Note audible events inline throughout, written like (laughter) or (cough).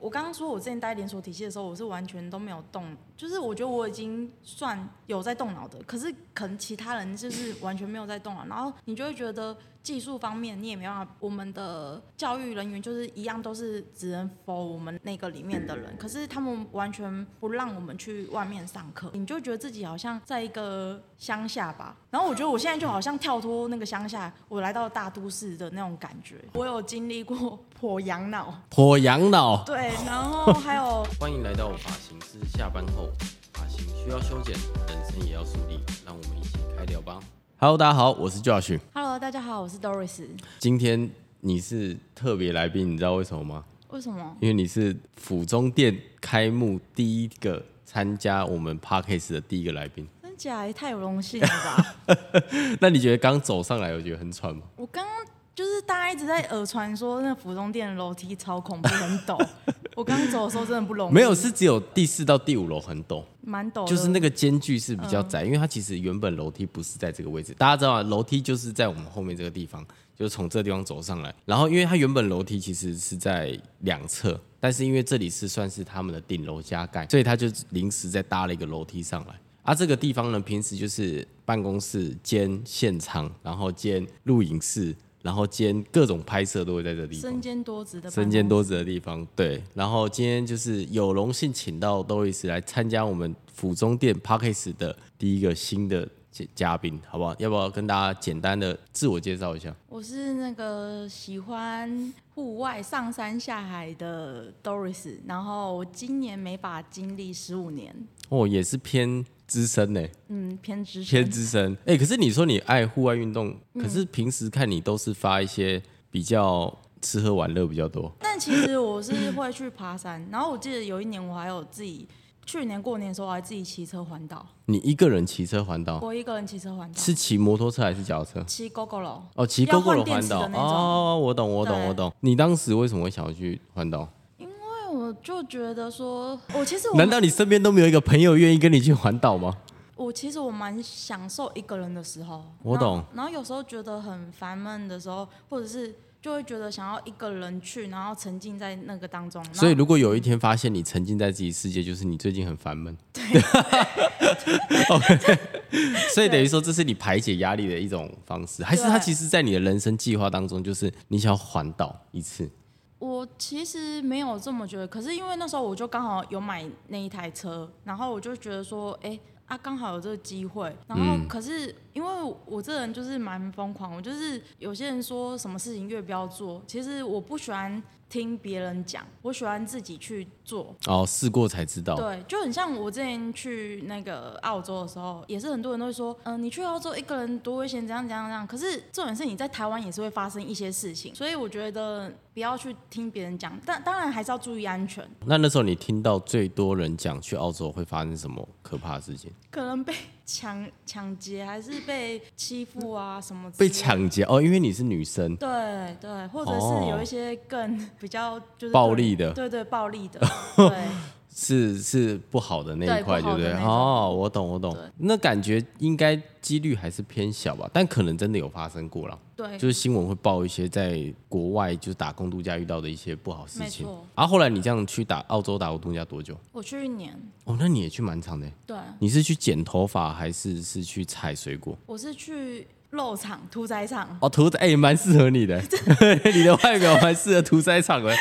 我刚刚说我之前待连锁体系的时候，我是完全都没有动，就是我觉得我已经算有在动脑的，可是可能其他人就是完全没有在动脑，然后你就会觉得技术方面你也没办法，我们的教育人员就是一样都是只能 for 我们那个里面的人，可是他们完全不让我们去外面上课，你就觉得自己好像在一个乡下吧，然后我觉得我现在就好像跳脱那个乡下，我来到大都市的那种感觉，我有经历过 (laughs) 破养脑。火羊脑，对，然后还有欢迎来到发型师下班后，发型需要修剪，人生也要梳理，让我们一起开聊吧。 Hello，大家好，我是 Josh。 (laughs) ，Hello，大家好，我是 Doris。今天你是特别来宾，你知道为什么吗？为什么？因为你是府中店开幕第一个参加我们 Parkes 的第一个来宾。真假也太有荣幸了吧！ (laughs) 那你觉得刚走上来，我觉得很喘吗？我刚刚就是大家一直在耳传说那服装店的楼梯超恐怖，很陡。我刚走的时候真的不容易，没有，是只有第四到第五楼很陡，蛮陡的，就是那个间距是比较窄，因为它其实原本楼梯不是在这个位置。大家知道啊，楼梯就是在我们后面这个地方，就是从这个地方走上来。然后，因为它原本楼梯其实是在两侧，但是因为这里是算是他们的顶楼加盖，所以他就临时再搭了一个楼梯上来。啊，这个地方呢，平时就是办公室兼现场，然后兼录影室，然后兼各种拍摄都会在这地方。身兼多职的办公室身兼多职的地方。对，然后今天就是有荣幸请到 Doris 来参加我们府中店 Parkes 的第一个新的嘉嘉宾，好不好？要不要跟大家简单的自我介绍一下？我是那个喜欢户外上山下海的 Doris，然后我今年美发经历十五年，哦，也是偏资深呢、嗯，偏职偏资深。哎、可是你说你爱户外运动，嗯可是平时看你都是发一些比较吃喝玩乐比较多。但其实我是会去爬山，然后我记得有一年我还有自己，去年过年的时候我还自己骑车环岛，你一个人骑车环岛，我一个人骑车环岛，是骑摩托车还是脚踏车？骑 GoGo 楼。哦，骑要 GoGo 换的电环池岛的那种哦，我懂，我懂，对我懂。你当时为什么会想要去环岛？因为我就觉得说，我其实我难道你身边都没有一个朋友愿意跟你去环岛吗？我其实我蛮享受一个人的时候，我懂然后。然后有时候觉得很烦闷的时候，或者是就会觉得想要一个人去，然后沉浸在那个当中。所以，然后如果有一天发现你沉浸在自己世界，就是你最近很烦闷。对 (laughs) (laughs) ，OK。所以等于说，这是你排解压力的一种方式，还是它对其实在你的人生计划当中，就是你想要环岛一次？我其实没有这么觉得，可是因为那时候我就刚好有买那一台车，然后我就觉得说，哎、啊，刚好有这个机会，然后可是因为我这人就是蛮疯狂，我就是有些人说什么事情越不要做，其实我不喜欢听别人讲，我喜欢自己去做，哦，试过才知道。对，就很像我之前去那个澳洲的时候，也是很多人都会说，嗯、你去澳洲一个人多危险，怎样怎样怎样。可是重点是你在台湾也是会发生一些事情，所以我觉得不要去听别人讲，但当然还是要注意安全，那那时候你听到最多人讲去澳洲会发生什么可怕的事情？可能被 (laughs) 抢抢劫还是被欺负啊什么之被类的。抢劫哦，因为你是女生，对对，或者哦是有一些更 (laughs) 比较就是暴对力的对对暴力 (laughs) 的，对。是是不好的那一块，对不对好的不对？那一种哦，我懂，我懂对。那感觉应该几率还是偏小吧，但可能真的有发生过了。对就是新闻会报一些在国外就是打工度假遇到的一些不好事情没错。啊，后来你这样去打澳洲打工度假多久？我去年，哦，那你也去蛮长的。对你是去剪头发还是是去采水果？我是去肉场、屠宰场，哦，屠宰哎，蛮、适合 (laughs) 你的，你的外表蛮适合屠宰场的。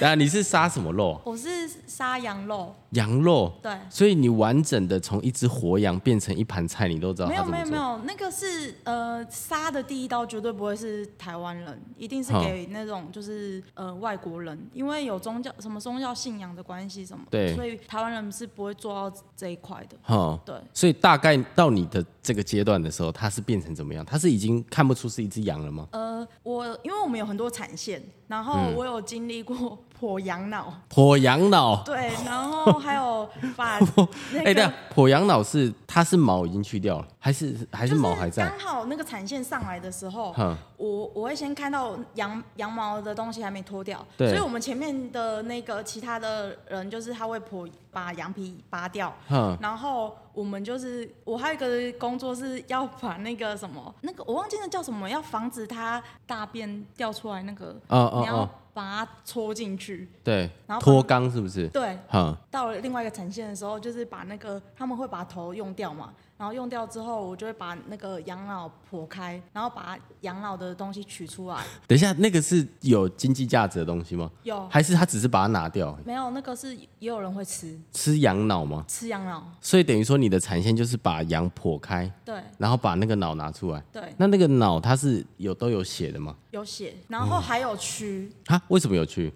啊，你是杀什么肉啊？我是杀羊肉，羊肉。对。所以你完整的从一只活羊变成一盘菜，你都知道没它有怎没么有做没。有，那个是呃杀的第一刀绝对不会是台湾人，一定是好给那种就是呃外国人，因为有宗教什么宗教信仰的关系什么，对所以台湾人是不会做到这一块的。哈，对，所以大概到你的这个阶段的时候，它是变成怎么样？它是已经看不出是一只羊了吗？呃，我因为我们有很多产线，然后嗯我有经历过 (laughs) 破羊脑，破羊脑，对，然后还有 (laughs) 把那哎，对个啊，破羊脑是它是毛已经去掉了，还是还是就是毛还在？刚好那个产线上来的时候哼，我我会先看到羊羊毛的东西还没脱掉，对所以我们前面的那个其他的人就是他会剖把羊皮扒掉。哼，然后我们就是，我还有一个工作是要把那个什么，那个我忘记那叫什么，要防止它大便掉出来那个，哦哦你要哦把它戳进去，对然，后脱肛是不是？对，哈，到了另外一个呈现的时候，就是把那个他们会把头用掉嘛，然后用掉之后，我就会把那个养老剖开，然后把养老的东西取出来。等一下，那个是有经济价值的东西吗？有还是他只是把它拿掉？没有那个是也有人会吃吃羊脑吗？吃养老，所以等于说你的产线就是把羊剖开，对然后把那个脑拿出来。对，那那个脑它是有都有血的吗？有血，然后还有蛆。啊，为什么有蛆？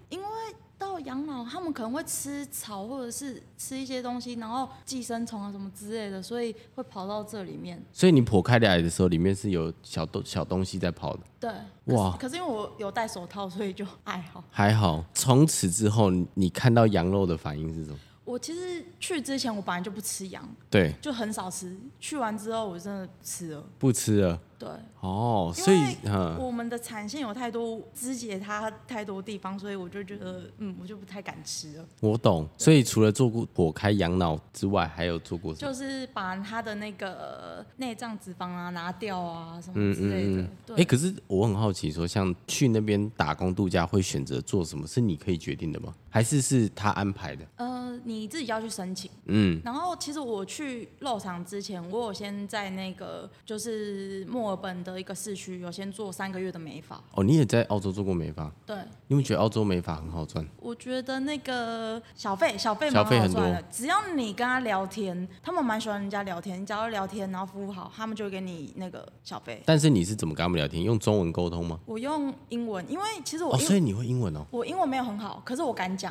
到养老，他们可能会吃草或者是吃一些东西，然后寄生虫啊什么之类的，所以会跑到这里面。所以你剖开来的时候，里面是有小东小东西在跑的。对，哇可是可是因为我有戴手套，所以就还好。还好，从此之后你你看到羊肉的反应是什么？我其实去之前我本来就不吃羊，对，就很少吃。去完之后我真的不吃了，不吃了。对，哦，所以因为嗯，我们的产线有太多肢解它太多地方，所以我就觉得嗯，我就不太敢吃了。我懂。所以除了做过剖开羊脑之外，还有做过什么？就是把它的那个内脏脂肪啊拿掉啊什嗯么之类的。对。哎、可是我很好奇说像去那边打工度假会选择做什么，是你可以决定的吗？还是是他安排的？呃，你自己要去申请。嗯，然后其实我去肉场之前，我有先在那个就是墨尔本的一个市区，有先做三个月的美发。哦，你也在澳洲做过美发，对，你们觉得澳洲美发很好赚？我觉得那个小费小费小蛮费好很赚的多，只要你跟他聊天，他们蛮喜欢人家聊天，你只要聊天然后服务好，他们就会给你那个小费。但是你是怎么跟他们聊天？用中文沟通吗？我用英文，因为其实我哦，英、所以你会英文哦。我英文没有很好，可是我敢讲。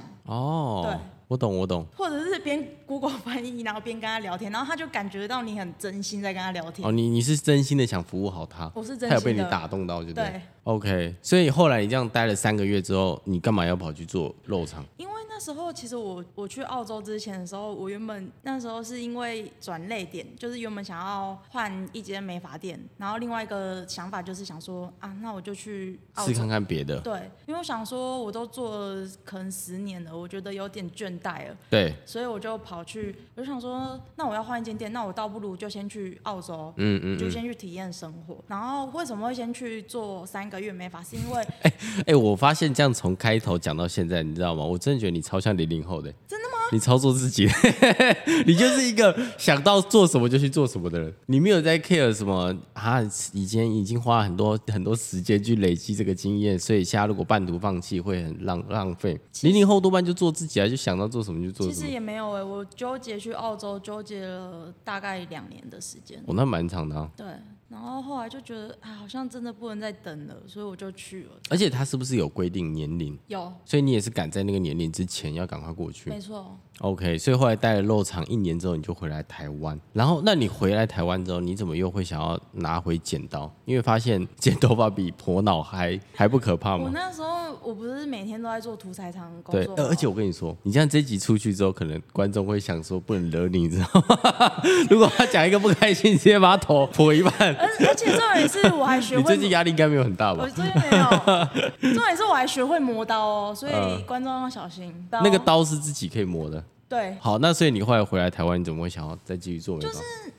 哦对，我懂，我懂。或者是边 Google (laughs) 翻译，然后边跟他聊天，然后他就感觉到你很真心在跟他聊天。哦，你你是真心的想服务好他，我是真心的他有被你打动到，就对。对 OK，所以后来你这样待了三个月之后，你干嘛要跑去做肉场？因为那时候其实我我去澳洲之前的时候，我原本那时候是因为转类点，就是原本想要换一间美发店，然后另外一个想法就是想说啊，那我就去澳试看洲。看别的。对，因为哦我想说我都做了可能十年了，我觉得有点倦怠了，对，所以我就跑去，我就想说，那我要换一间店，那我倒不如就先去澳洲，嗯嗯就先去体验生活。然后为什么会先去做三个月美发？是因为哎、我发现这样从开头讲到现在，你知道吗？我真的觉得你超像零零后的、真的吗？你超做自己 (laughs) 的，你就是一个想到做什么就去做什么的人，你没有在 care 什么啊？以前已经花了很多很多时间去累积这个经验，所以现在如果半途放弃会很浪浪费。零零后多半就做自己啊，就想到做什么就做其什么实。也没有哎、我纠结去澳洲纠结了大概两年的时间，我、那蛮长的、啊，对，然后后来就觉得啊，好像真的不能再等了，所以我就去了。而且他是不是有规定年龄？有，所以你也是赶在那个年龄之前要赶快过去没。错， OK，所以后来待了肉场一年之后，你就回来台湾。然后，那你回来台湾之后，你怎么又会想要拿回剪刀？因为发现剪头发比 (laughs) 婆脑还还不可怕我吗？那时候我不是每天都在做屠宰场工对，作吗，呃而且我跟你说，你这样这一集出去之后，可能观众会想说不能惹你，你知道吗？ (laughs) 如果他讲一个不开心，直接把他头剖一半。而而且重点是我还学 (laughs) 你最会近。压力应该没有很大吧我？最近没 (laughs) 有，重点是我还学会磨刀哦，所以观众要小心。嗯那个刀是自己可以磨的。对，好，那所以你后来回来台湾，你怎么会想要再继续做美发？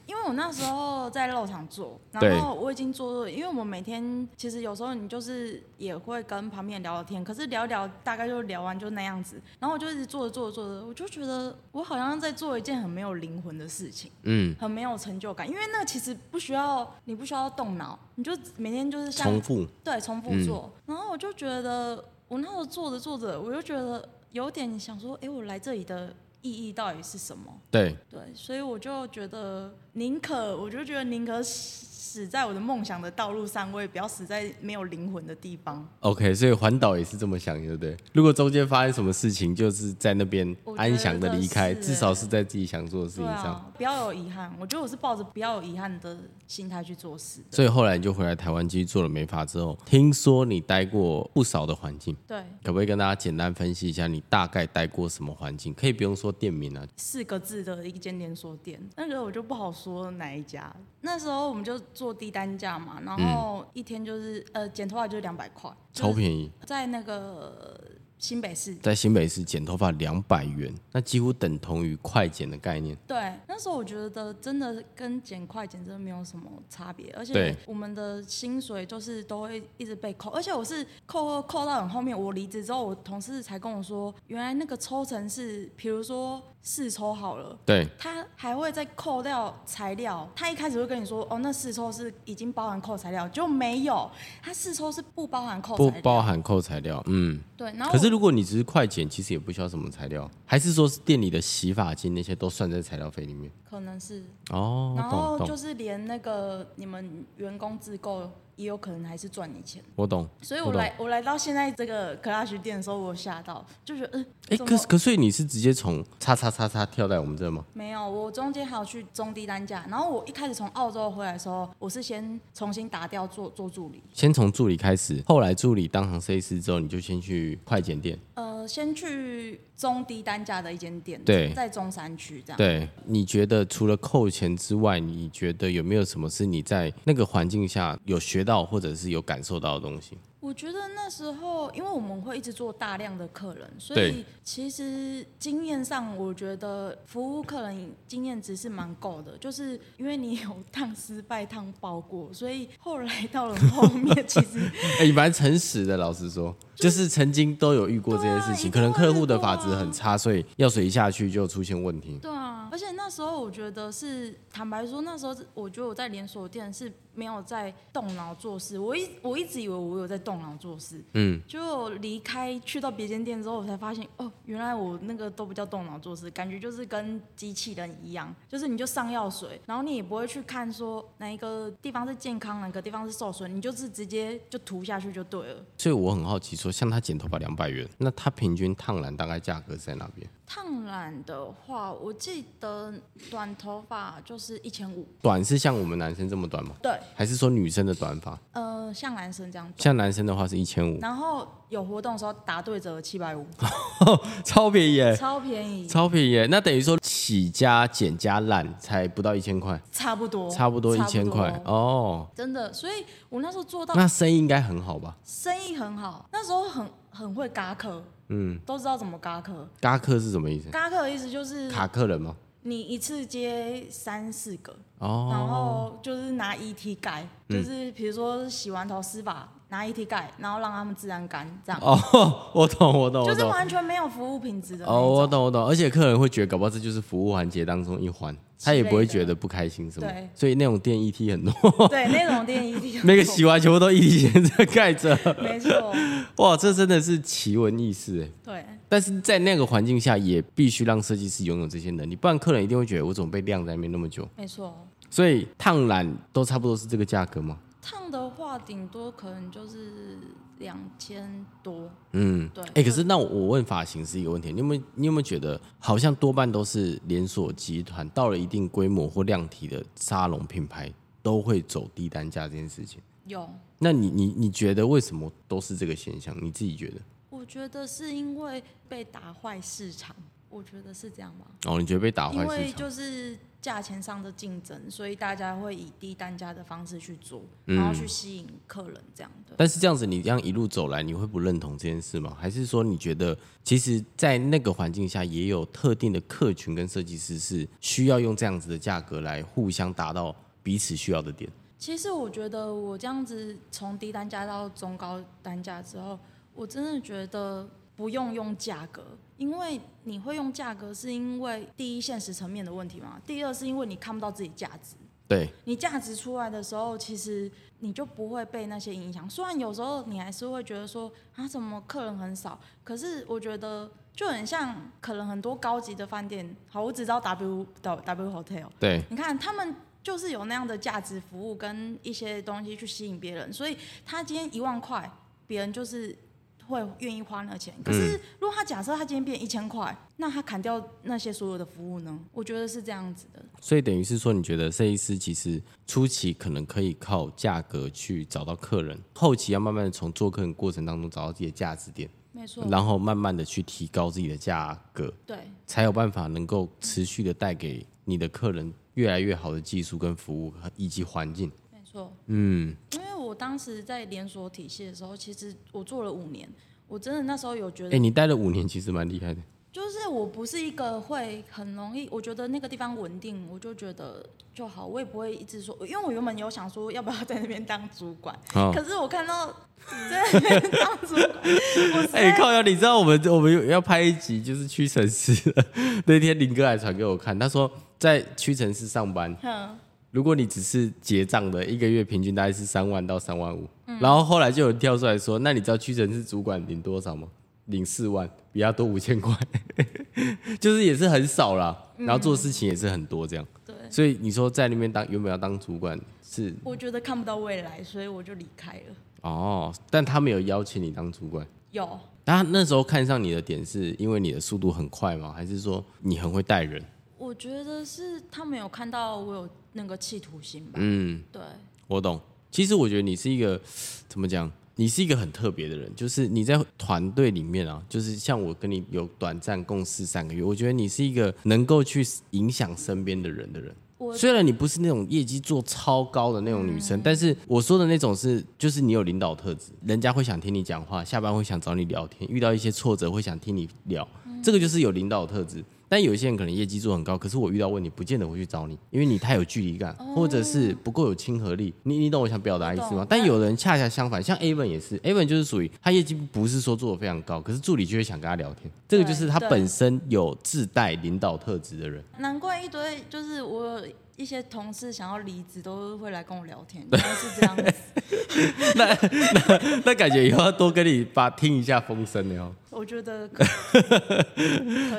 因为我那时候在肉场做，对然后我已经做了，因为我们每天其实有时候你就是也会跟旁边人聊聊天，可是聊一聊大概就聊完就那样子，然后我就一直做着做着做着，我就觉得我好像在做一件很没有灵魂的事情，嗯，很没有成就感，因为那个其实不需要你不需要动脑，你就每天就是像重复。嗯对重复做，然后我就觉得我那时候做着做着，我就觉得有点想说，哎，我来这里的意义到底是什么？对，对，所以我就觉得宁可，我就觉得宁可死死在我的梦想的道路上，我也不要死在没有灵魂的地方。 OK，所以环岛也是这么想，对不对？如果中间发生什么事情，就是在那边我觉得安详的离开，是欸至少是在自己想做的事对情上。啊，不要有遗憾。我觉得我是抱着不要有遗憾的心态去做事。所以后来你就回来台湾继续做了美发之后，听说你待过不少的环境，对，可不可以跟大家简单分析一下你大概待过什么环境？可以不用说店名啊，四个字的一间连锁店，那个我就不好说哪一家。那时候我们就做低单价嘛，然后一天就是、呃剪头发就是两百块，超便宜。在那个新北市。在新北市剪头发两百元，那几乎等同于快剪的概念。对，那时候我觉得真的跟剪快剪真的没有什么差别，而且对我们的薪水就是都会一直被扣，而且我是扣扣到很后面，我离职之后，我同事才跟我说，原来那个抽成是，比如说四抽好了。对，他还会再扣掉材料，他一开始会跟你说，哦，那四抽是已经包含扣材料，就没有，他四抽是不包含扣不材料，包含扣材料。嗯，对，然后可是我如果你只是快剪，其实也不需要什么材料，还是说是店里的洗发精那些都算在材料费里面？可能是哦，然后懂就懂，是连那个你们员工自购也有可能还是赚你钱，我懂。所以我我懂来我来到现在这个 Clash 店的时候，我有吓到，就觉得嗯，哎、怎么可是可所以你是直接从叉叉叉叉跳在我们这吗？没有，我中间还有去中低单价，然后我一开始从澳洲回来的时候，我是先重新打掉做做助理，先从助理开始，后来助理当行设计师之后，你就先去快剪店。呃，先去中低单价的一间店，对在中山区这样，对，你觉得除了扣钱之外，你觉得有没有什么是你在那个环境下有学到或者是有感受到的东西？我觉得那时候，因为我们会一直做大量的客人，所对以其实经验上，我觉得服务客人经验值是蛮够的。就是因为你有 (laughs) 烫失败、烫包过，所以后来到了后面，其实哎、你蛮诚实的，老实说，就是曾经都有遇过这些事情，对啊可能一定会客户的遇过法啊值很差，所以药水一下去就出现问题。对啊，而且那时候我觉得是，坦白说，那时候我觉得我在连锁店是没有在动脑做事，我一我一直以为我有在动脑做事，嗯，就离开去到别间店之后，我才发现哦，原来我那个都不叫动脑做事，感觉就是跟机器人一样，就是你就上药水，然后你也不会去看说哪一个地方是健康，哪个地方是受损，你就是直接就涂下去就对了。所以我很好奇说像他剪头发两百元，那他平均烫染大概价格是在哪边？烫染的话，我记得短头发就是一千五，短是像我们男生这么短吗？对，还是说女生的短发？呃，像男生这样短。像男生的话是一千五，然后有活动的时候打对折七百五，哎超便宜耶，超便宜，超便宜耶。那等于说起加剪加染才不到一千块，哦差不多，差不多一千块哦。真的。所以我那时候做到那生意应该很好吧？生意很好，那时候很很会嘎客，嗯，都知道怎么嘎客。嘎客是什么意思？嘎客的意思就是嗯卡客人吗？你一次接三四个，哦，嗯然后就是拿 ET 盖，就是比如说洗完头施法拿 ET 盖，然后让他们自然干这样，哦，我懂，我懂，就我是懂。完全没有服务品质的那哦，我种。懂，我懂。而且客人会觉得，搞不好这就是服务环节当中一环，他也不会之类觉的得不开心什么对。所以那种店 ET 很多， (laughs) 对，那种店 ET 哦每个洗完全部都 ET 先在 (laughs) 盖着。没错，哇，这真的是奇闻异事哎。对。但是在那个环境下，也必须让设计师拥有这些能力，不然客人一定会觉得我怎么被晾在那边那么久。没错，所以烫染都差不多是这个价格吗？烫的话顶多可能就是两千多，嗯，对哎、可是那我我问发型是一个问题，你有没有你有没有觉得好像多半都是连锁集团到了一定规模或量体的沙龙品牌都会走低单价这件事情？有。那你你你觉得为什么都是这个现象？你自己觉得？我觉得是因为被打坏市场，我觉得是这样吧。哦，你觉得被打坏因为市场？就是价钱上的竞争，所以大家会以低单价的方式去做，嗯然后去吸引客人这样的。但是这样子，你这样一路走来，你会不认同这件事吗？还是说你觉得，其实，在那个环境下，也有特定的客群跟设计师是需要用这样子的价格来互相达到彼此需要的点？其实我觉得我这样子从低单价到中高单价之后，我真的觉得不用用价格，因为你会用价格是因为第一现实层面的问题嘛，第二是因为你看不到自己价值。对，你价值出来的时候，其实你就不会被那些影响。虽然有时候你还是会觉得说啊，怎么客人很少？可是我觉得就很像可能很多高级的饭店，好，我只知道 W W Hotel，对，你看他们。就是有那样的价值服务跟一些东西去吸引别人，所以他今天一万块，别人就是会愿意花那个钱。可是如果他假设他今天变一千块，那他砍掉那些所有的服务呢？我觉得是这样子的。所以等于是说，你觉得设计师其实初期可能可以靠价格去找到客人，后期要慢慢的从做客人过程当中找到自己的价值点，没错，然后慢慢的去提高自己的价格，对。才有办法能够持续的带给你的客人越来越好的技术跟服务以及环境。没错，嗯，因为我当时在连锁体系的时候，其实我做了五年，我真的那时候有觉哎、得，你待了五年，其实蛮厉害的。就是我不是一个会很容易，我觉得那个地方稳定，我就觉得就好，我也不会一直说，因为我原本有想说要不要在那边当主管， (laughs) 哦可是我看到在那边当主管，我实 (laughs) 哎、在靠呀！你知道我们我们要拍一集就是屈臣氏的，那天林哥还传给我看，他说在屈臣氏上班，嗯如果你只是结账的，一个月平均大概是三万到三万五、然后后来就有人跳出来说，那你知道屈臣氏主管领多少吗？领四万，比他多五千块， (laughs) 就是也是很少啦。然后做事情也是很多这样，对，所以你说在那边当原本要当主管是我觉得看不到未来，所以我就离开了。哦，但他没有邀请你当主管。有，他那时候看上你的点是因为你的速度很快吗？还是说你很会带人？我觉得是他们有看到我有那个企图心吧，嗯，对，我懂。其实我觉得你是一个怎么讲？你是一个很特别的人，就是你在团队里面啊，就是像我跟你有短暂共事三个月，我觉得你是一个能够去影响身边的人的人。我嗯虽然你不是那种业绩做超高的那种女生，但是我说的那种是，就是你有领导特质，人家会想听你讲话，下班会想找你聊天，遇到一些挫折会想听你聊，嗯这个就是有领导特质。但有些人可能业绩做很高，可是我遇到问题不见得会去找你，因为你太有距离感，或者是不够有亲和力。你你懂我想表达意思我吗哦懂？但有的人恰恰相反，像 Avon 也是，Avon 就是属于他业绩不是说做的非常高，可是助理就会想跟他聊天，这个就是他对本身有自带领导特质的人。难怪一堆就是我有一些同事想要离职都会来跟我聊 (laughs) 天，原来是这样子。那感觉以后要多跟你把听一下风声的哦，我觉得可 (laughs) 可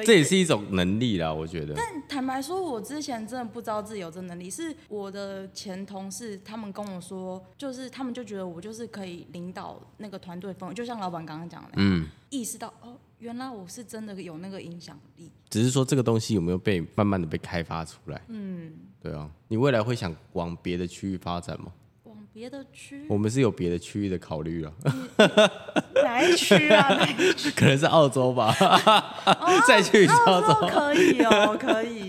这以。也是一种能力啦，我觉得。但坦白说，我之前真的不知道自己有这能力，是我的前同事他们跟我说，就是他们就觉得我就是可以领导那个团队氛围，就像老板刚刚讲的那样，嗯，意识到哦，原来我是真的有那个影响力。只是说这个东西有没有被慢慢的被开发出来？嗯，对啊，你未来会想往别的区域发展吗？往别的区我们是有别的区域的考虑啊，哪一区啊？哪一区 (laughs) 可能是澳洲吧， (laughs) 再去澳洲哦可以 (laughs) 哦，可以。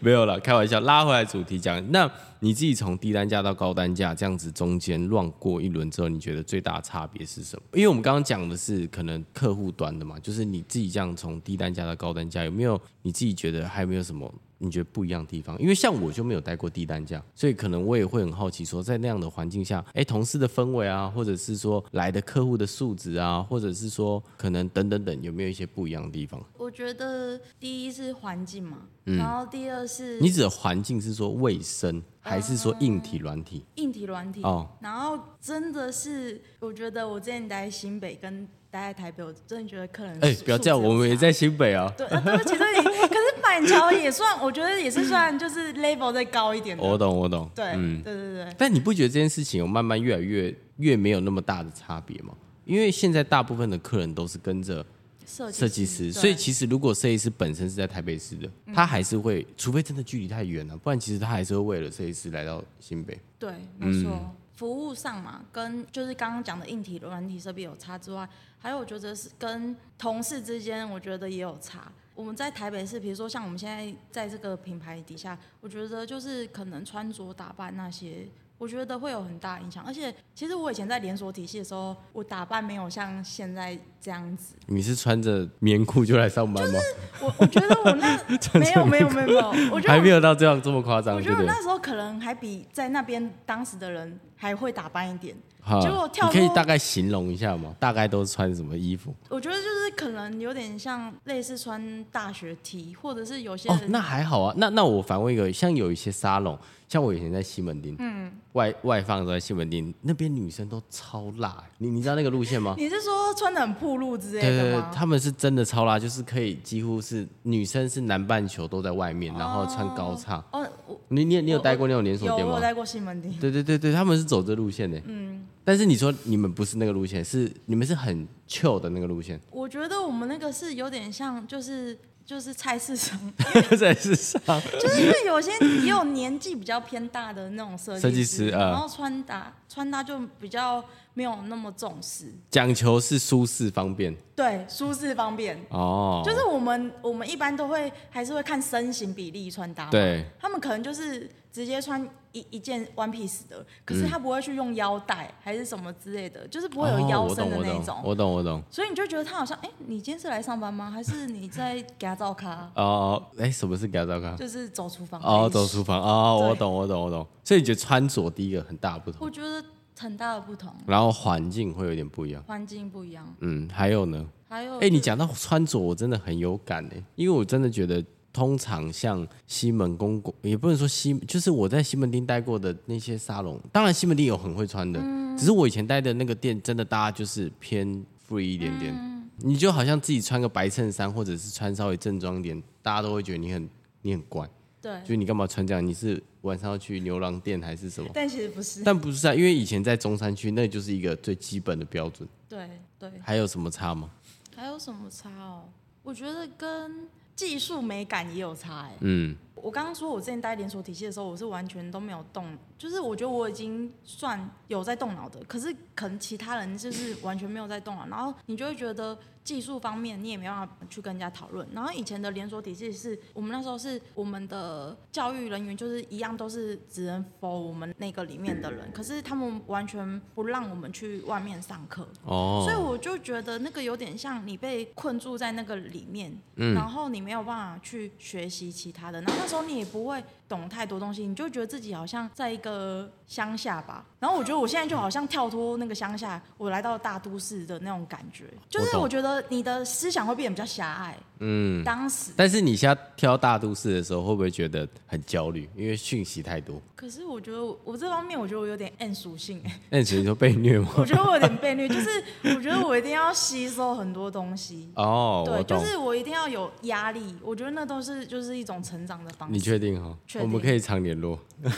没有了，开玩笑。拉回来主题讲，那你自己从低单价到高单价这样子中间乱过一轮之后，你觉得最大的差别是什么？因为我们刚刚讲的是可能客户端的嘛，就是你自己这样从低单价到高单价，有没有你自己觉得还有没有什么你觉得不一样的地方？因为像我就没有待过低单价，所以可能我也会很好奇说，在那样的环境下，哎，同事的氛围啊，或者是说来的客户的素质啊，或者是说可能等等等，有没有一些不一样的地方？我觉得第一是环境嘛，然后第二是嗯你指的环境是说卫生，还是说硬体、软体？硬体、软体。哦然后真的是，我觉得我之前待在新北跟待在台北，我真的觉得客人哎、素不要这样，素质我们也差。在新北啊。对、啊，对不起，对不 (laughs) 起。可是板桥也算，我觉得也是算就是 level 再高一点的。我懂，我懂。对，对对对。但你不觉得这件事情有慢慢越来越越没有那么大的差别吗？因为现在大部分的客人都是跟着设计设计师，对嗯所以其实如果设计师本身是在台北市的，他还是会，除非真的距离太远啊了，不然其实他还是会为了设计师来到新北。对，嗯没错。服务上嘛，跟就是刚刚讲的硬体、软体设备有差之外，还有我觉得是跟同事之间，我觉得也有差。我们在台北市，比如说像我们现在在这个品牌底下，我觉得就是可能穿着打扮那些，我觉得会有很大影响。而且其实我以前在连锁体系的时候，我打扮没有像现在这样子。你是穿着棉裤就来上班吗？我我觉得我 (laughs) 那没有没有没有没有，我觉得还我没有到这样这么夸张，我对觉得不我对？那时候可能还比在那边当时的人还会打扮一点。哈结果跳你可以入大概形容一下吗？大概都穿什么衣服？我觉得就是可能有点像类似穿大学 T，或者是有些哦，人、那还好啊。那那我反问一个，像有一些沙龙，像我以前在西门町，嗯，外外放都在西门町那边，女生都超辣。你你知道那个路 (laughs) 线吗？你是说穿的很暴露之类对对的对吗？，他们是真的超辣，就是可以几乎是女生是南半球都在外面，然后穿高叉。哦，我你你你有我待过那种连锁哦有店我吗有？待过西门町，对对对对，他们是走这路线的。嗯，但是你说你们不是那个路线，是你们是很 chill 的那个 (laughs) 路线， (laughs) 我觉得我们那个是有点像就是。就是菜市场，在是上。就是因为有些也有年纪比较偏大的那种设设计师，师啊然后穿搭穿搭就比较没有那么重视，讲求是舒适方便对，舒适方便。哦，就是我们我们一般都会还是会看身形比例穿搭嘛，对他们可能就是直接穿一一件 one piece 的，可是他不会去用腰带还是什么之类的，就是不会有嗯哦腰我身懂的我那懂一种。我懂我懂所以你就觉得他好像，哎、你今天是来上班吗？还是你在给他照咖？哦，哎，什么是改造咖？就是走厨房哦，走厨房哦，对我懂我懂我懂，所以你觉得穿着第一个很大的不我同，觉得很大的不同，然后环境会有点不一样，环境不一样，嗯，还有呢，还有哎、你就讲到穿着，我真的很有感哎、因为我真的觉得，通常像西门公馆，也不能说西，就是我在西门町待过的那些沙龙，当然西门町有很会穿的，嗯只是我以前待的那个店，真的大家就是偏 free 一点点，嗯你就好像自己穿个白衬衫，或者是穿稍微正装一点，大家都会觉得你很你很乖，对就，是你干嘛穿这样？你是晚上要去牛郎店还是什么？但其实不是， (laughs) 但不是啊，因为以前在中山区，那就是一个最基本的标准，对对，还有什么差吗？还有什么差哦？我觉得跟技术美感也有差哎、嗯，我刚刚说我之前待连锁体系的时候，我是完全都没有动，就是我觉得我已经算有在动脑的，可是可能其他人就是完全没有在动脑，然后你就会觉得技术方面你也没办法去跟人家讨论。然后以前的连锁体系是我们那时候是我们的教育人员就是一样都是只能 for 我们那个里面的人，可是他们完全不让我们去外面上课，哦，所以我就觉得那个有点像你被困住在那个里面，然后你没有办法去学习其他的，然后那时候你也不会懂太多东西，你就觉得自己好像在一个乡下吧。然后我觉得我现在就好像跳脱那个乡下，我来到大都市的那种感觉，就是懂我觉得你的思想会变得比较狭隘。嗯，当时，但是你现在挑大都市的时候，会不会觉得很焦虑？因为讯息 (laughs) 太多，可是我觉得我我这方面我觉得我有点 N 属性、欸，那你觉得说被虐吗？我觉得我有点被虐，就是我觉得我一定要吸收很多东西。哦，我对，懂，就是我一定要有压力，我觉得那都是就是一种成长的方式。你确定哈？确我定们可以常联络，哎、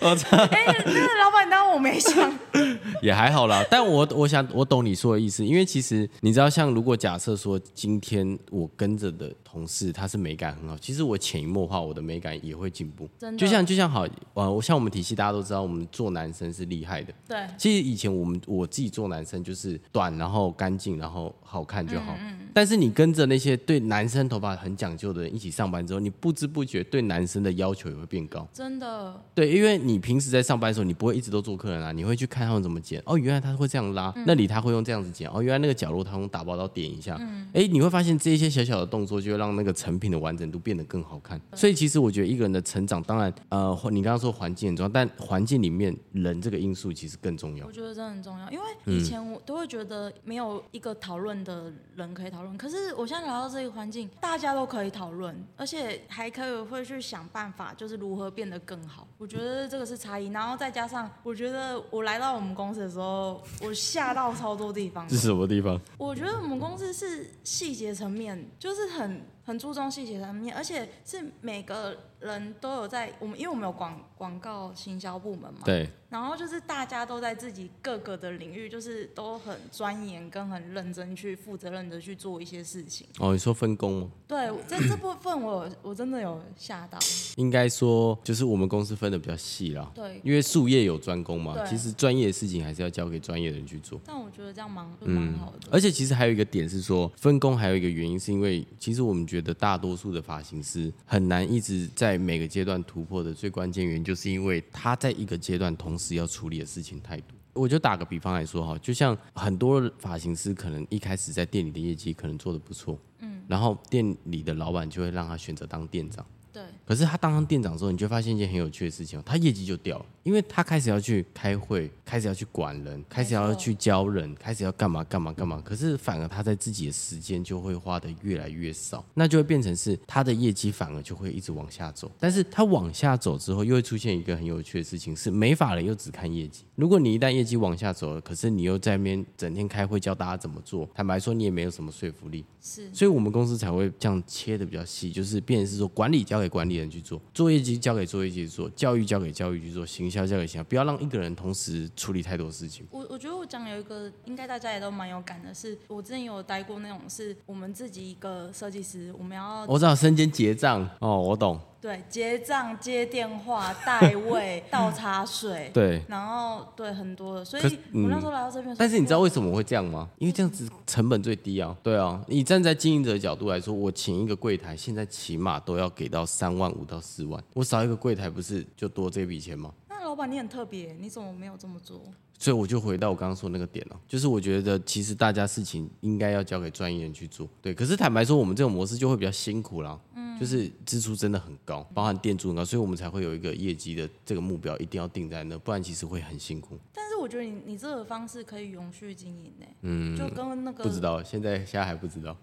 那个老板当我没想， (laughs) 也还好啦。但我我想我懂你说的意思，因为其实你知道，像如果假设说今天我跟着的同事他是美感很好，其实我潜移默化我的美感也会进步。真的就像就像好，呃，我像我们体系大家都知道，我们做男生是厉害的，对其实以前我们我自己做男生就是短，然后干净，然后好看就嗯好。但是你跟着那些对男生头发很讲究的人一起上班之后，你不知不觉对男生的要求也会变高。真的对，因为你平时在上班的时候，你不会一直都做客人啊，你会去看他们怎么剪。哦，原来他会这样拉，那里他会用这样子剪。哦，原来那个角落他用打包刀点一下。哎、你会发现这些小小的动作，就会让那个成品的完整度变得更好看。所以其实我觉得一个人的成长，当然，呃，你刚刚说环境很重要，但环境里面人这个因素其实更重要我。觉得真的很重要，因为以前我都会觉得没有一个讨论的人可以讨论，可是我现在来到这个环境，大家都可以讨论，而且还可以会去想办法，就是如何变得更好。我觉得这个是差异，然后再加上我觉得我来到我们公司的时候，我吓到超多地方的是。什么地方？我觉得我们公司是细节层面，就是很很注重细节层面，而且是每个人都有在我们，因为我们有广广告行销部门嘛，对，然后就是大家都在自己各个的领域，就是都很钻研跟很认真去负责任的去做一些事情。哦，你说分工吗？对，这这部分我有我真的有吓到，应该说就是我们公司分的比较细啦。对因为术业有专攻嘛，对其实专业的事情还是要交给专业的人去做。但我觉得这样蛮就蛮好的。而且其实还有一个点是说，分工还有一个原因是因为，其实我们觉得大多数的发型师很难一直在每个阶段突破的最关键原因，就是因为他在一个阶段同时要处理的事情太多。我就打个比方来说哈，就像很多发型师可能一开始在店里的业绩可能做的不错，嗯，然后店里的老板就会让他选择当店长。对可是他当上店长之后，你就发现一件很有趣的事情哦，他业绩就掉了，因为他开始要去开会，开始要去管人，开始要去教人，开始要干嘛干嘛干嘛。可是反而他在自己的时间就会花的越来越少，那就会变成是他的业绩反而就会一直往下走。但是他往下走之后，又会出现一个很有趣的事情，是美法人又只看业绩。如果你一旦业绩往下走了，可是你又在那边整天开会教大家怎么做，坦白说你也没有什么说服力。是所以我们公司才会这样切的比较细，就是变成是说管理交给管理理人去做，作业机交给作业机去做，教育交给教育去做，行销交给行销，不要让一个人同时处理太多事情。我我觉得我讲有一个，应该大家也都蛮有感的是，我之前有待过那种是我们自己一个设计师，我们要我知道身兼结账哦，我懂，对结账、接电话、 (laughs) 代位、倒茶水，对。然后对很多的，所以可是我那嗯时候来到这边的时候，但是你知道我为什么我会这样吗？因为这样子成本最低啊。对啊，你站在经营者的角度来说，我请一个柜台，现在起码都要给到三万五到四万，我少一个柜台不是就多这笔钱吗？那老板你很特别，你怎么没有这么做？所以我就回到我刚刚说的那个点了、就是我觉得其实大家事情应该要交给专业人去做，对。可是坦白说，我们这种模式就会比较辛苦啦，嗯，就是支出真的很高，包含店租很高，所以我们才会有一个业绩的这个目标一定要定在那，不然其实会很辛苦。但是我觉得你你这个方式可以永续经营呢、嗯，就跟那个不知道，现在现在还不知道。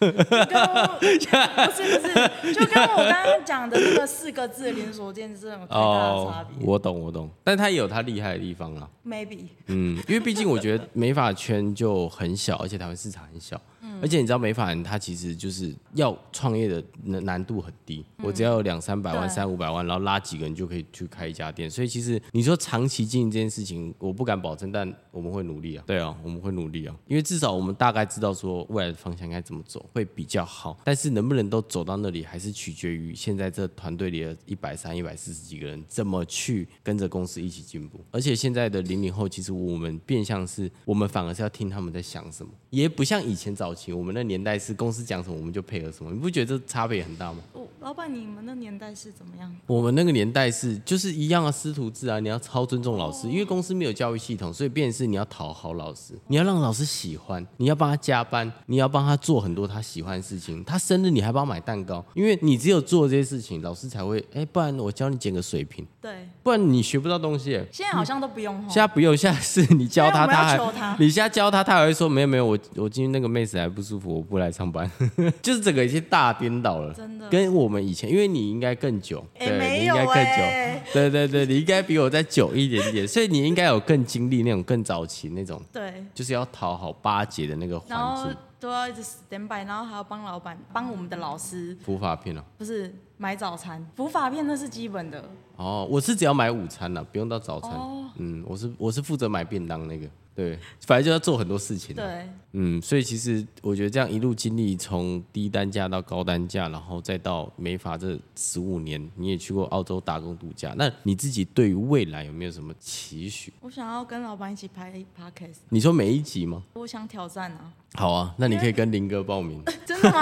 就跟我 (laughs) 不是不是，就跟我刚刚讲的那个四个字的连锁店是有太大的差别、哦我懂我懂，但它也有它厉害的地方啊啦。 m a y b e 嗯，因为毕竟我觉得美发圈就很小，而且台湾市场很小，而且你知道美发人他其实就是要创业的难难度很低，我只要有两三百万、对三五百万，然后拉几个人就可以去开一家店，所以其实你说长期经营这件事情，我不敢保证，但我们会努力啊，对啊，我们会努力啊，因为至少我们大概知道说未来的方向该怎么走会比较好，但是能不能都走到那里，还是取决于现在这团队里的一百三、一百四十几个人怎么去跟着公司一起进步。而且现在的零零后，其实我们变相是，我们反而是要听他们在想什么，也不像以前早期我们那年代是公司讲什么我们就配合什么，你不觉得这差别很大吗？我老板，你们那年代是怎么样？我们那个年代是就是一样啊，师徒制啊，你要超尊重老师，因为公司没有教育系统，所以变成是你要讨好老师，你要让老师喜欢，你要帮他加班，你要帮他做很多他喜欢的事情。他生日你还帮他买蛋糕，因为你只有做这些事情，老师才会哎、不然我教你剪个水平，对，不然你学不到东西耶。现在好像都不用吼。现在不用，下次你教他，现在我们他还要求他你现在教他，他还会说没有没有，我我今天那个妹子还不舒服，我不来上班， (laughs) 就是整个已经大颠倒了，真的跟我们以前，因为你应该更久，哎对，没你应有该更久，哎对对对，你应该比我再久一点点，所以你应该有更经历那种更早期那种，对，就是要讨好巴结的那个然环后境，都要一直 stand by，然后还要帮老板、帮我们的老师，普法片哦。不是买早餐、补法片，那是基本的。哦，我是只要买午餐了，不用到早餐。哦嗯，我是我是负责买便当那个，对，反正就要做很多事情啊。对，嗯，所以其实我觉得这样一路经历，从低单价到高单价，然后再到美发这十五年，你也去过澳洲打工度假，那你自己对于未来有没有什么期许？我想要跟老板一起拍 podcast，你说每一集吗？我想挑战啊！ (laughs) 好啊，那你可以跟林哥报 (laughs) 名，真的吗？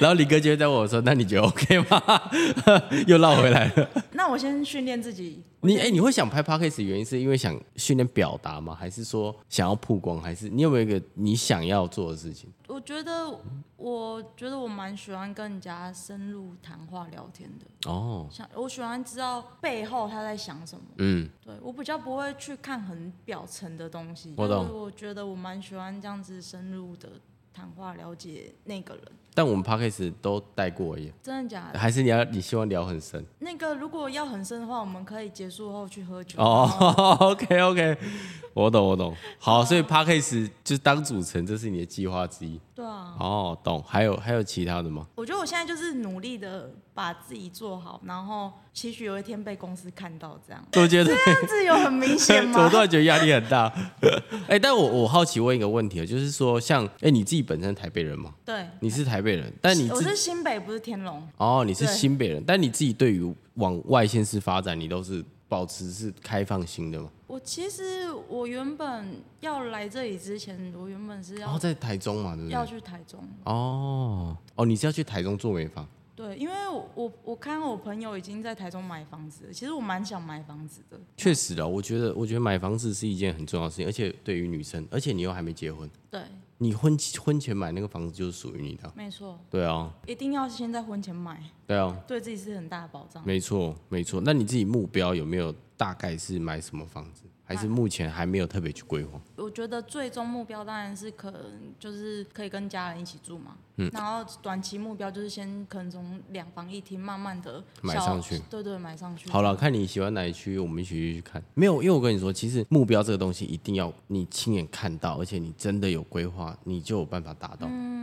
然后林哥就会在问我说：“那你觉得 OK 吗？” (laughs) 又绕回来了。那我先训练自己。你哎、你会想拍 podcast 的原因是因为想训练表达吗？还是说想要曝光？还是你有没有一个你想要做的事情？我觉得，我觉得我蛮喜欢跟人家深入谈话聊天的，哦，想我喜欢知道背后他在想什么。嗯，对我比较不会去看很表层的东西，我但懂是我觉得我蛮喜欢这样子深入的谈话，了解那个人，但我们 podcast 都带过而已，真的假的？还是你要你希望聊很深？那个如果要很深的话，我们可以结束后去喝酒。哦、o (laughs) k OK，我懂我懂。啊好，所以 p a c k a g e 就当主持人，这是你的计划之一。对啊，哦，懂。还有还有其他的吗？我觉得我现在就是努力的把自己做好，然后期许有一天被公司看到，这样我觉得这样子有很明显 (laughs) 我吗突？然觉得压力很大。 (laughs) 哎、但我我好奇问一个问题，哦就是说，像哎、你自己本身台北人吗？对，你是台北人，但你我自是己新北，不是天龙。哦，你是对新北人，但你自己对于往外县市发展，你都是保持是开放心的吗？我其实我原本要来这里之前，我原本是然要、后、哦在台中嘛，对不要对？去台中，哦哦，你是要去台中做美发？对，因为我我我看我朋友已经在台中买房子了，其实我蛮想买房子的。确实啦，我觉得，我觉得买房子是一件很重要的事情，而且对于女生，而且你又还没结婚，对，你婚婚前买那个房子就是属于你的。没错，对啊，一定要先在婚前买，对啊，对自己是很大的保障。没错，没错。那你自己目标有没有大概是买什么房子？还是目前还没有特别去规划？我觉得最终目标当然是可能就是可以跟家人一起住嘛，嗯，然后短期目标就是先可能从两房一厅慢慢的买上去对对，买上去。好了，看你喜欢哪一区，我们一起去看。没有，因为我跟你说，其实目标这个东西一定要你亲眼看到，而且你真的有规划，你就有办法达到。嗯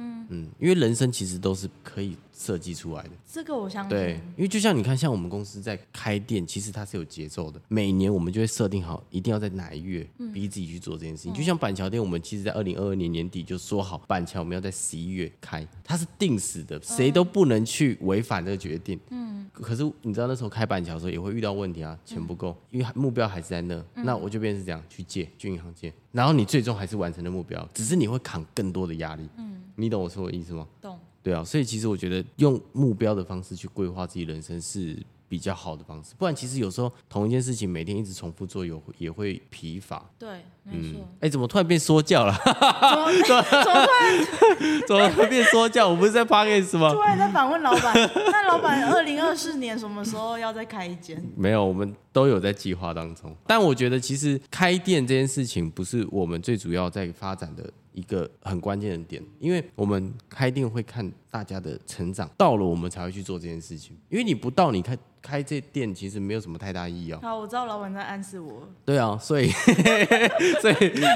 因为人生其实都是可以设计出来的。这个我相对信。，因为就像你看，像我们公司在开店，其实它是有节奏的。每年我们就会设定好，一定要在哪一月逼自己去做这件事情。就像板桥店，我们其实在二零二二年年底就说好，板桥我们要在十一月开，它是定死的，谁都不能去违反这个决定。嗯。可是你知道那时候开板桥的时候也会遇到问题啊，钱不够，因为目标还是在那，那我就变成是这样去借，去银行借，然后你最终还是完成了目标，只是你会扛更多的压力。嗯。你懂我说的意思吗？懂。对啊，所以其实我觉得用目标的方式去规划自己人生是比较好的方式，不然其实有时候同一件事情每天一直重复做，有也会疲乏。对，没错。哎，怎么突然变说教了？ (laughs) 怎么怎么变说教？我不是在 p o d c a s 吗突？然在反问老板，那老板二零二四年什么时候要再开一间？没有，我们都有在计划当中。但我觉得其实开店这件事情不是我们最主要在发展的一个很关键的点，因为我们开店会看大家的成长，到了我们才会去做这件事情。因为你不到，你开开这店其实没有什么太大意义哦。好，我知道老板在暗示我。对啊，所以 (laughs) 所以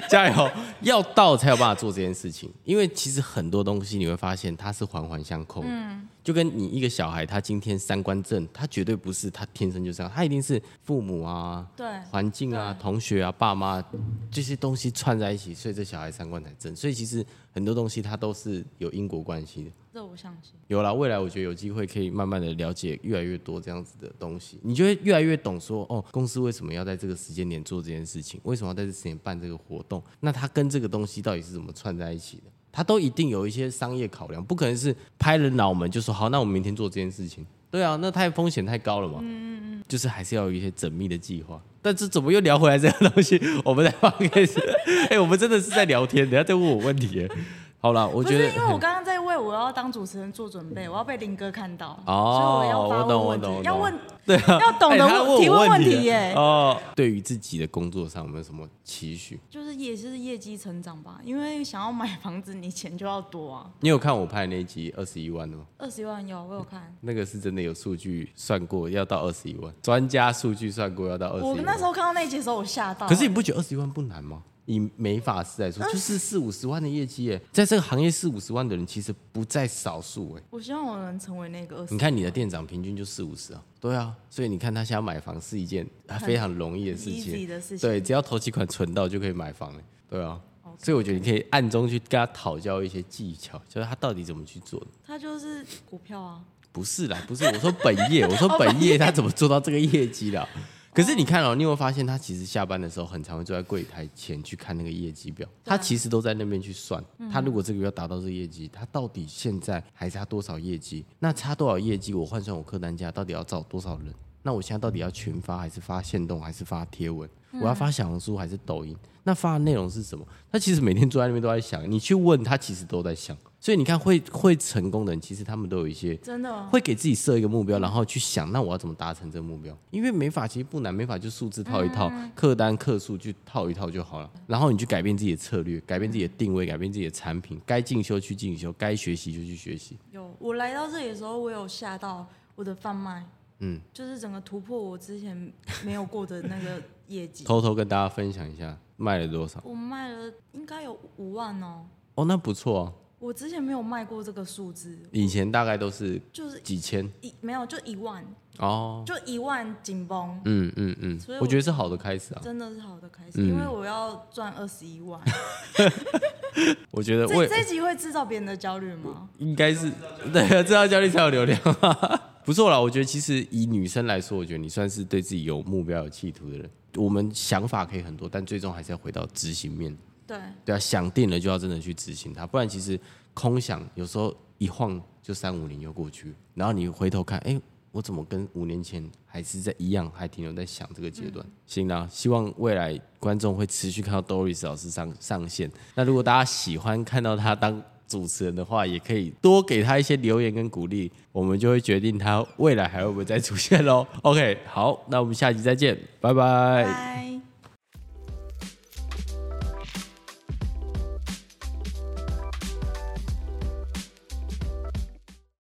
加油，要到才有办法做这件事情。因为其实很多东西你会发现它是环环相扣的，嗯就跟你一个小孩，他今天三观正，他绝对不是他天生就这样，他一定是父母啊、对，环境啊、对同学啊、爸妈这些东西串在一起，所以这小孩三观才正。所以其实很多东西它都是有因果关系的。这我相信。有啦，未来我觉得有机会可以慢慢的了解越来越多这样子的东西，你就会越来越懂说，哦，公司为什么要在这个时间点做这件事情，为什么要在这时间办这个活动，那它跟这个东西到底是怎么串在一起的？它都一定有一些商业考量，不可能是拍了脑门就说好，那我们明天做这件事情。对啊，那太风险太高了嘛。嗯嗯嗯，就是还是要有一些缜密的计划。但这怎么又聊回来这个东西？我们在 (laughs) 放开始，哎、我们真的是在聊天，等一下再问我问题耶。好了，我不觉是得因为我刚刚在为我要当主持人做准备，我要被林哥看到，哦所以我要我发懂问我问懂我题，要懂问 (laughs) 对啊，要懂得哎他问提我问问题题耶哦，对于自己的工作上有没有什么期许？就是也是业绩成长吧，因为想要买房子，你钱就要多啊。你有看我拍的那一集二十一万的吗？二十万有，我有看。那个是真的有数据算过，要到二十一万，专家数据算过要到二十一我万。那时候看到那一集的时候，我吓到。可是你不觉得二十一万不难吗？以美法嗯师来说，就是四五十万的业绩耶，在这个行业四五十万的人其实不在少数哎。我希望我能成为那个二十。你看你的店长平均就四五十啊，对啊，所以你看他想要买房是一件啊非常容易的事情 easy 的事情对，只要头期款存到就可以买房了，对啊。所以我觉得你可以暗中去跟他讨教一些技巧，就是他到底怎么去做的。他就是股票啊，不是啦，不是我说本业，我说哦本业他怎么做到这个业绩的？可是你看哦，你有没有发现他其实下班的时候很常会坐在柜台前去看那个业绩表，他其实都在那边去算，他如果这个月要达到这个业绩，他到底现在还差多少业绩？那差多少业绩，我换算我客单价到底要找多少人？那我现在到底要群发还是发现动还是发贴文？我要发小红书还是抖音？那发的内容是什么？他其实每天坐在那边都在想，你去问他，其实都在想。所以你看会，会成功的人，其实他们都有一些真的哦。会给自己设一个目标，然后去想，那我要怎么达成这个目标？因为美法其实不难，美法就数字套一套，嗯客单客数去套一套就好了。然后你去改变自己的策略，改变自己的定位，改变自己的产品，该进修去进修，该学习就去学习。有，我来到这里的时候，我有吓到我的贩卖，嗯，就是整个突破我之前没有过的那个业绩。偷偷跟大家分享一下，卖了多少？我卖了应该有五万哦，哦，那不错哦。我之前没有卖过这个数字，以前大概都是就是几千一没有就一万，哦。就一万紧绷，嗯嗯嗯所以，我我觉得是好的开始啊。真的是好的开始，嗯因为我要赚二十一万。我觉得我这这一集会制造别人的焦虑吗？应该是 (laughs) 对啊，这道教练才有流量， (laughs) 不错啦。我觉得其实以女生来说，我觉得你算是对自己有目标、有企图的人。我们想法可以很多，但最终还是要回到执行面。对，对啊，想定了就要真的去执行它，不然其实空想有时候一晃就三五年又过去，然后你回头看，哎、我怎么跟五年前还是在一样，还停留在想这个阶段？行啦，希望未来观众会持续看到 Doris 老师上上线。那如果大家喜欢看到他当主持人的话，也可以多给他一些留言跟鼓励，我们就会决定他未来还会不会再出现喽。OK，好，那我们下集再见，拜拜拜。